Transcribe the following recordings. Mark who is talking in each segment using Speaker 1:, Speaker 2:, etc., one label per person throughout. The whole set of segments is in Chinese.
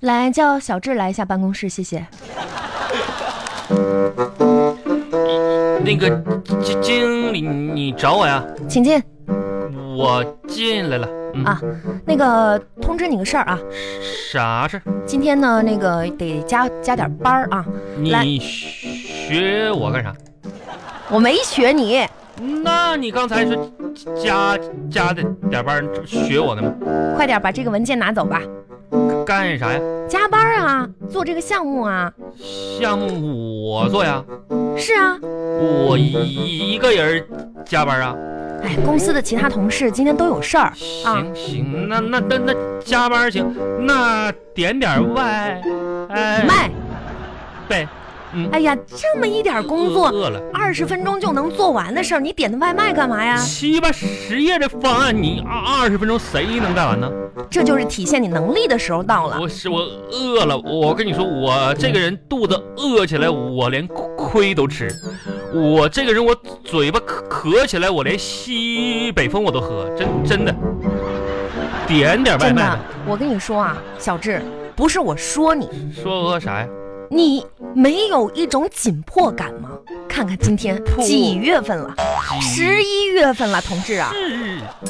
Speaker 1: 来叫小智来一下办公室，谢谢。
Speaker 2: 那个经经理，你找我呀？
Speaker 1: 请进
Speaker 2: 我进来了。嗯，
Speaker 1: 啊，那个通知你个事儿啊，
Speaker 2: 啥事儿？
Speaker 1: 今天呢那个得加加点班儿啊，来
Speaker 2: 你学我干啥？
Speaker 1: 我没学你，
Speaker 2: 那你刚才说加加的点班儿学我的吗？
Speaker 1: 快点把这个文件拿走吧。
Speaker 2: 干啥呀？
Speaker 1: 加班儿啊，做这个项目啊，
Speaker 2: 项目我做呀，
Speaker 1: 是啊，
Speaker 2: 我一一个人加班啊。
Speaker 1: 哎，公司的其他同事今天都有事儿，啊
Speaker 2: 行行，那那那那加班行，那点点外哎
Speaker 1: 卖，
Speaker 2: 呗。嗯，
Speaker 1: 哎呀，这么一点工
Speaker 2: 饿
Speaker 1: 作，
Speaker 2: 饿了。
Speaker 1: 二十分钟就能做完的事儿，你点的外卖干嘛呀？
Speaker 2: 七八十页的方案，你二二十分钟谁能干完呢？
Speaker 1: 这就是体现你能力的时候到了。
Speaker 2: 我是我饿了，我跟你说，我这个人肚子饿起来，我连亏都吃；我这个人，我嘴巴渴渴起来，我连西北风我都喝，真真的。点点外
Speaker 1: 真
Speaker 2: 卖
Speaker 1: 的
Speaker 2: 吧，，
Speaker 1: 我跟你说啊，小智，不是我说你，
Speaker 2: 说我啥呀？
Speaker 1: 你没有一种紧迫感吗？看看今天
Speaker 2: 迫
Speaker 1: 几月份了？
Speaker 2: 嗯
Speaker 1: 十一月份了，同志啊！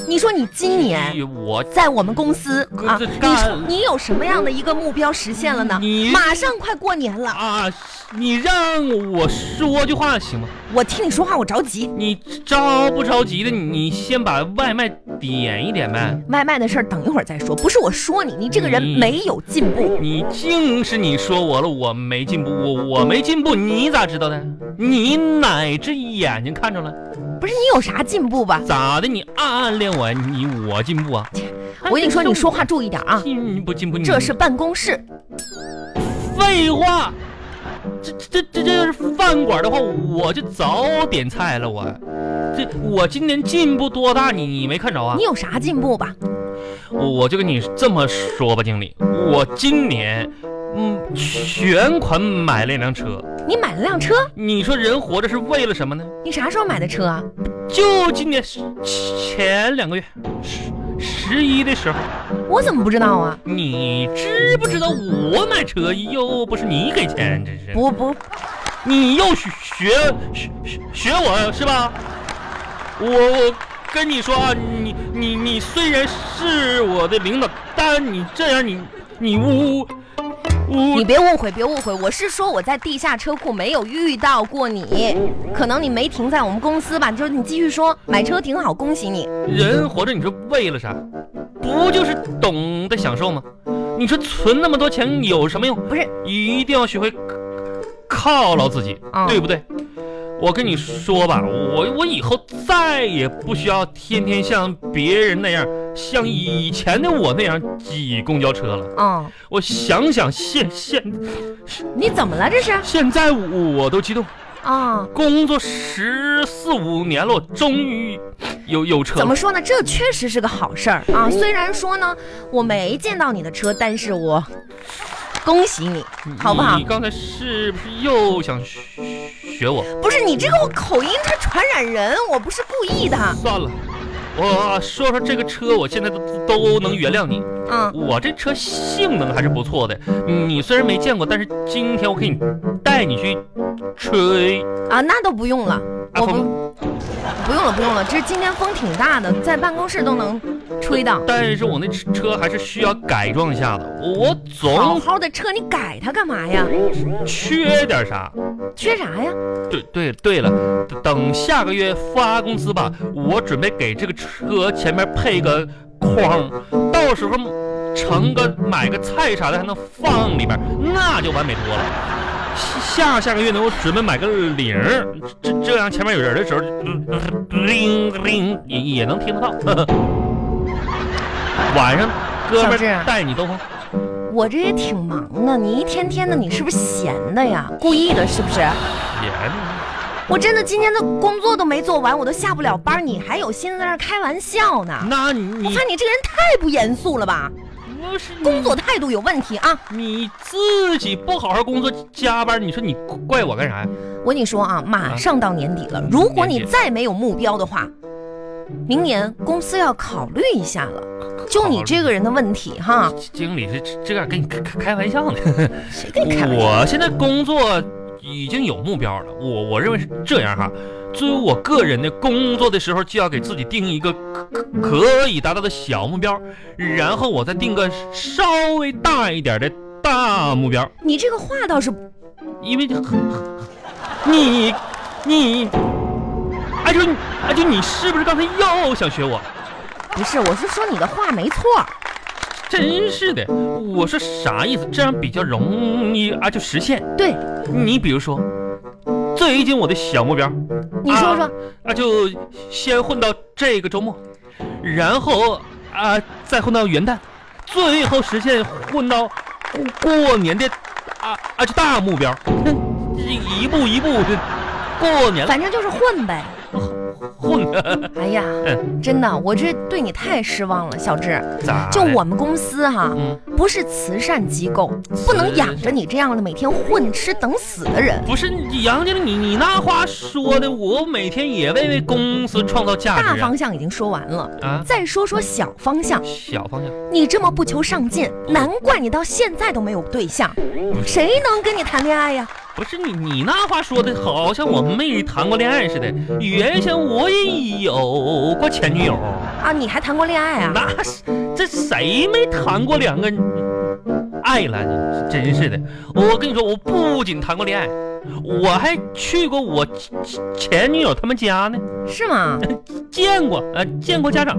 Speaker 1: 你说你今年
Speaker 2: 是我
Speaker 1: 在我们公司
Speaker 2: 哥
Speaker 1: 啊，
Speaker 2: 这
Speaker 1: 你
Speaker 2: 干
Speaker 1: 说你有什么样的一个目标实现了呢
Speaker 2: 你？
Speaker 1: 马上快过年了，
Speaker 2: 啊，你让我说句话行吗？
Speaker 1: 我听你说话我着急。
Speaker 2: 你着不着急的？你先把外卖点一点呗。
Speaker 1: 外卖的事儿等一会儿再说，不是我说你，你这个人
Speaker 2: 嗯
Speaker 1: 没有进步。
Speaker 2: 你竟是你说我了，我没进步，我我没进步，你咋知道的？你哪只眼睛看着了？
Speaker 1: 不是你有啥进步吧？
Speaker 2: 咋的？你暗恋我，你我进步啊？
Speaker 1: 我跟你说，你说话注意点啊，
Speaker 2: 进步进步，你
Speaker 1: 这是办公室。
Speaker 2: 废话。这这这这要是饭馆的话，我就早点菜了。我这我今年进步多大？你你没看着啊
Speaker 1: 你？有啥进步吧？
Speaker 2: 我就跟你这么说吧，经理，我今年嗯全款买了一辆车。
Speaker 1: 你买了辆车，
Speaker 2: 你说人活着是为了什么呢？
Speaker 1: 你啥时候买的车啊？
Speaker 2: 就今年十前两个月，十十一的时候，
Speaker 1: 我怎么不知道啊？
Speaker 2: 你知不知道我买车又不是你给钱，真是
Speaker 1: 不不，
Speaker 2: 你又学学学学我是吧？我我跟你说啊，你你你虽然是我的领导，但你这样你你污污
Speaker 1: 你别误会，别误会，我是说我在地下车库没有遇到过你，可能你没停在我们公司吧。就是你继续说，买车挺好，恭喜你。
Speaker 2: 人活着，你说为了啥？不就是懂得享受吗？你说存那么多钱有什么用？
Speaker 1: 不是，
Speaker 2: 一定要学会犒劳自己，
Speaker 1: 嗯
Speaker 2: 对不对？我跟你说吧，我我以后再也不需要天天像别人那样，像以前的我那样挤公交车了。
Speaker 1: 嗯，
Speaker 2: 我想想现现
Speaker 1: 你怎么了这是？
Speaker 2: 现在我都激动，
Speaker 1: 啊、
Speaker 2: 工作十四五年了，我终于有有车
Speaker 1: 怎
Speaker 2: 了
Speaker 1: 么。说呢？这确实是个好事儿啊。虽然说呢，我没见到你的车，但是我恭喜你，好不好
Speaker 2: 你？刚才是不是又想学我？
Speaker 1: 不是你这个口音它传染人，我不是故意的。
Speaker 2: 算了，我说说这个车，我现在都都能原谅你。
Speaker 1: 嗯，
Speaker 2: 我这车性能还是不错的，嗯你虽然没见过，但是今天我可以带你去吹啊
Speaker 1: 啊，那都不用了，
Speaker 2: 阿
Speaker 1: 我不
Speaker 2: 峰。
Speaker 1: 不用了，不用了。这今天风挺大的，在办公室都能吹到。
Speaker 2: 但是我那车还是需要改装一下的，我
Speaker 1: 好
Speaker 2: 总
Speaker 1: 好的车，你改它干嘛呀？
Speaker 2: 缺点啥。
Speaker 1: 缺啥呀？
Speaker 2: 对对对了，等下个月发工资吧，我准备给这个车前面配个框，到时候盛个买个菜啥的还能放里边，那就完美多了。下下个月呢，我准备买个铃儿，这这样前面有人的时候，铃铃也也能听得到。呵呵晚上哥们
Speaker 1: 小志
Speaker 2: 儿带你兜风，
Speaker 1: 我这也挺忙的，你一天天的，你是不是闲的呀？故意的，是不是？
Speaker 2: 天哪！
Speaker 1: 我真的今天的工作都没做完，我都下不了班，你还有心思在那儿开玩笑呢？
Speaker 2: 那
Speaker 1: 我
Speaker 2: 你
Speaker 1: 看你这个人太不严肃了吧，
Speaker 2: 不是
Speaker 1: 工作态度有问题啊！
Speaker 2: 你自己不好好工作加班，你说你怪我干啥呀？
Speaker 1: 我跟你说啊，马上到年底了，如果你再没有目标的话，明年公司要考虑一下了。就你这个人的问题哈，
Speaker 2: 经理是这样跟你开开开玩笑呢。
Speaker 1: 谁跟你开玩笑？
Speaker 2: 我现在工作已经有目标了，我我认为是这样哈。作为我个人的工作的时候，就要给自己定一个可可以达到的小目标，然后我再定个稍微大一点的大目标，
Speaker 1: 你这个话倒是
Speaker 2: 因为你你，哎就哎就你是不是刚才又想学我？
Speaker 1: 不是，我是说你的话没错。
Speaker 2: 真是的，我说啥意思？这样比较容易啊，就实现。
Speaker 1: 对，
Speaker 2: 你比如说，最近我的小目标，
Speaker 1: 你说说，
Speaker 2: 啊，就先混到这个周末，然后啊，再混到元旦，最后实现混到过年的啊啊，就大目标，一一步一步就过年了，
Speaker 1: 反正就是混呗。
Speaker 2: 混的。
Speaker 1: 哎呀，
Speaker 2: 嗯
Speaker 1: 真的，我这对你太失望了，小志。
Speaker 2: 咋的？
Speaker 1: 嗯就我们公司哈，
Speaker 2: 嗯
Speaker 1: 不是慈善机构，不能养着你这样的每天混吃等死的人。
Speaker 2: 不是你杨经理，你你那话说的，我每天也为为公司创造价
Speaker 1: 大
Speaker 2: 值啊
Speaker 1: 方向已经说完了，
Speaker 2: 啊。
Speaker 1: 再说说小方向。
Speaker 2: 小方向，
Speaker 1: 你这么不求上进，难怪你到现在都没有对象，
Speaker 2: 嗯
Speaker 1: 谁能跟你谈恋爱呀？
Speaker 2: 不是你你那话说的，好像我没谈过恋爱似的。原先我也有过前女友，
Speaker 1: 啊，你还谈过恋爱啊？
Speaker 2: 那是这谁没谈过两个爱了呢？真是的，我跟你说，我不仅谈过恋爱，我还去过我前前女友他们家呢，
Speaker 1: 是吗？
Speaker 2: 见过呃见过家长。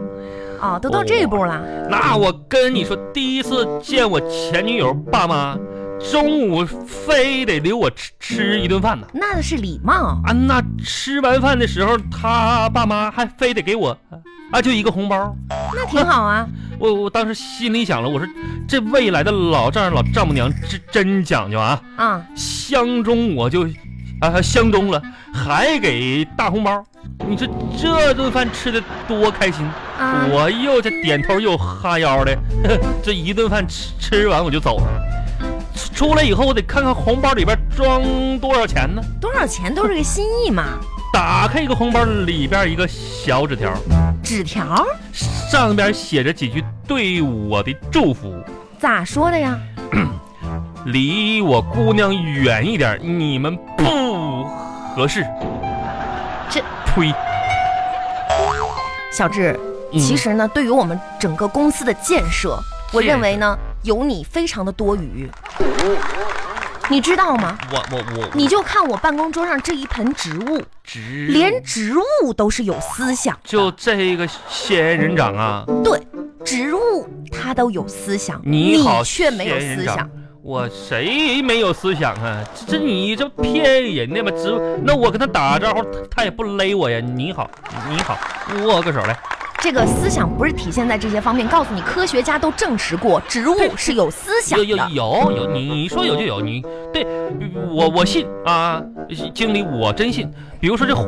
Speaker 1: 啊，
Speaker 2: 哦
Speaker 1: 都到这一步了，
Speaker 2: 那我跟你说，第一次见我前女友爸妈，中午非得留我吃吃一顿饭呢。
Speaker 1: 那是礼貌。
Speaker 2: 啊，那吃完饭的时候，他爸妈还非得给我，啊，就一个红包。
Speaker 1: 那挺好啊。
Speaker 2: 我我当时心里想了，我说这未来的老丈人老丈母娘真真讲究啊，
Speaker 1: 啊，
Speaker 2: 相中我就，啊相中了，还给大红包。你说这顿饭吃的多开心！
Speaker 1: 啊，
Speaker 2: 我又这点头又哈腰的， 呵呵这一顿饭吃吃完我就走了。出出来以后，我得看看红包里边装多少钱呢。
Speaker 1: 多少钱都是个心意嘛。
Speaker 2: 打开一个红包，里边一个小纸条，
Speaker 1: 纸条
Speaker 2: 上边写着几句对我的祝福：
Speaker 1: 咋说的呀？
Speaker 2: 离我姑娘远一点，你们不合适。
Speaker 1: 这
Speaker 2: 呸！
Speaker 1: 小志，
Speaker 2: 嗯
Speaker 1: 其实呢，对于我们整个公司的建设，我
Speaker 2: 是
Speaker 1: 认为呢，有你非常的多余。你知道吗？
Speaker 2: 我我我
Speaker 1: 你就看我办公桌上这一盆植物，
Speaker 2: 嗯直
Speaker 1: 连植物都是有思想。
Speaker 2: 就这个仙人掌啊，
Speaker 1: 对，植物它都有思想，
Speaker 2: 你好
Speaker 1: 却没有
Speaker 2: 仙人
Speaker 1: 思
Speaker 2: 掌
Speaker 1: 想。
Speaker 2: 我谁没有思想啊？这这你这骗人的吧？只那我跟他打招呼，他他也不勒我呀。你好，你好，握个手来。
Speaker 1: 这个思想不是体现在这些方面，告诉你，科学家都证实过，植物是有思想
Speaker 2: 有有
Speaker 1: 的。
Speaker 2: 有有，你你说有就有，你对我我信啊，经理我真信。比如说这黄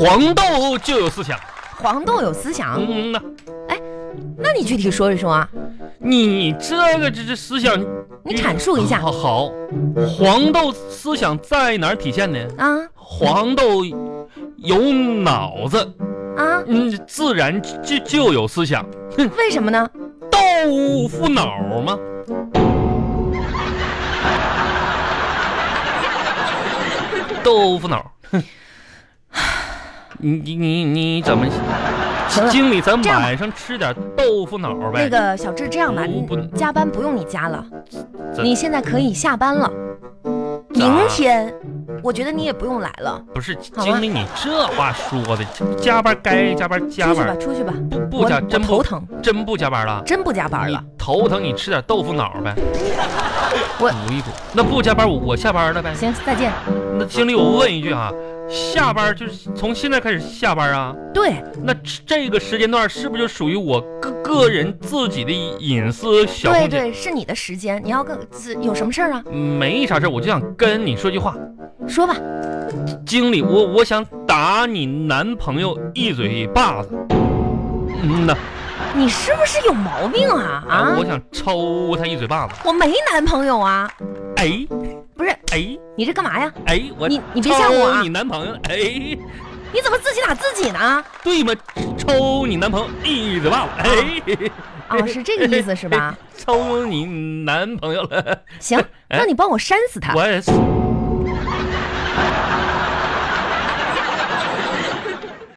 Speaker 2: 黄豆就有思想，
Speaker 1: 黄豆有思想，
Speaker 2: 嗯呐，
Speaker 1: 那你具体说一说啊？
Speaker 2: 你这个这这思想，
Speaker 1: 你阐述一下
Speaker 2: 好好，黄豆思想在哪儿体现呢？
Speaker 1: 啊
Speaker 2: 黄豆有脑子，
Speaker 1: 啊？
Speaker 2: 嗯，自然就就有思想。
Speaker 1: 为什么呢？
Speaker 2: 豆腐脑吗？豆腐脑，你你你你怎么？
Speaker 1: 行了
Speaker 2: 经理，咱
Speaker 1: 这样吧
Speaker 2: 晚上吃点豆腐脑
Speaker 1: 那
Speaker 2: 呗。
Speaker 1: 个小智，这样吧，
Speaker 2: 不
Speaker 1: 你
Speaker 2: 哦不能
Speaker 1: 加班不用你加了，
Speaker 2: 这
Speaker 1: 你现在可以下班了。
Speaker 2: 咋
Speaker 1: 明天，我觉得你也不用来了，
Speaker 2: 不是
Speaker 1: 好吧
Speaker 2: 经理，你这话说的，加班该加班
Speaker 1: 出
Speaker 2: 加
Speaker 1: 去吧，
Speaker 2: 班，
Speaker 1: 出去吧。
Speaker 2: 不
Speaker 1: 我
Speaker 2: 不加
Speaker 1: 我
Speaker 2: 真
Speaker 1: 头
Speaker 2: 不
Speaker 1: 疼，
Speaker 2: 真不加班了。
Speaker 1: 真不加班了。
Speaker 2: 你头疼，你吃点豆腐脑呗。
Speaker 1: 我
Speaker 2: 补一补。那不加班，我我下班了呗。
Speaker 1: 行，再见。
Speaker 2: 那经理，我问一句啊，下班就是从现在开始下班啊？
Speaker 1: 对，
Speaker 2: 那这这个时间段是不是就属于我个个人自己的隐私小
Speaker 1: 对
Speaker 2: 空间？
Speaker 1: 对，是你的时间，你要跟自有什么事儿啊？
Speaker 2: 没啥事儿，我就想跟你说句话，
Speaker 1: 说吧。
Speaker 2: 经理，我我想打你男朋友一嘴巴子。嗯呐，
Speaker 1: 你是不是有毛病啊？啊，
Speaker 2: 我想抽他一嘴巴子。
Speaker 1: 我没男朋友啊，
Speaker 2: 哎
Speaker 1: 不是
Speaker 2: 哎
Speaker 1: 你这干嘛呀？
Speaker 2: 哎，我
Speaker 1: 你你别吓我啊
Speaker 2: 抽你男朋友哎，
Speaker 1: 你怎么自己打自己呢？
Speaker 2: 对吗？抽你男朋友一嘴巴！哎，
Speaker 1: 哦，是这个意思是吧？
Speaker 2: 抽你男朋友了，
Speaker 1: 行，
Speaker 2: 哎
Speaker 1: 那你帮我扇死他。
Speaker 2: 我也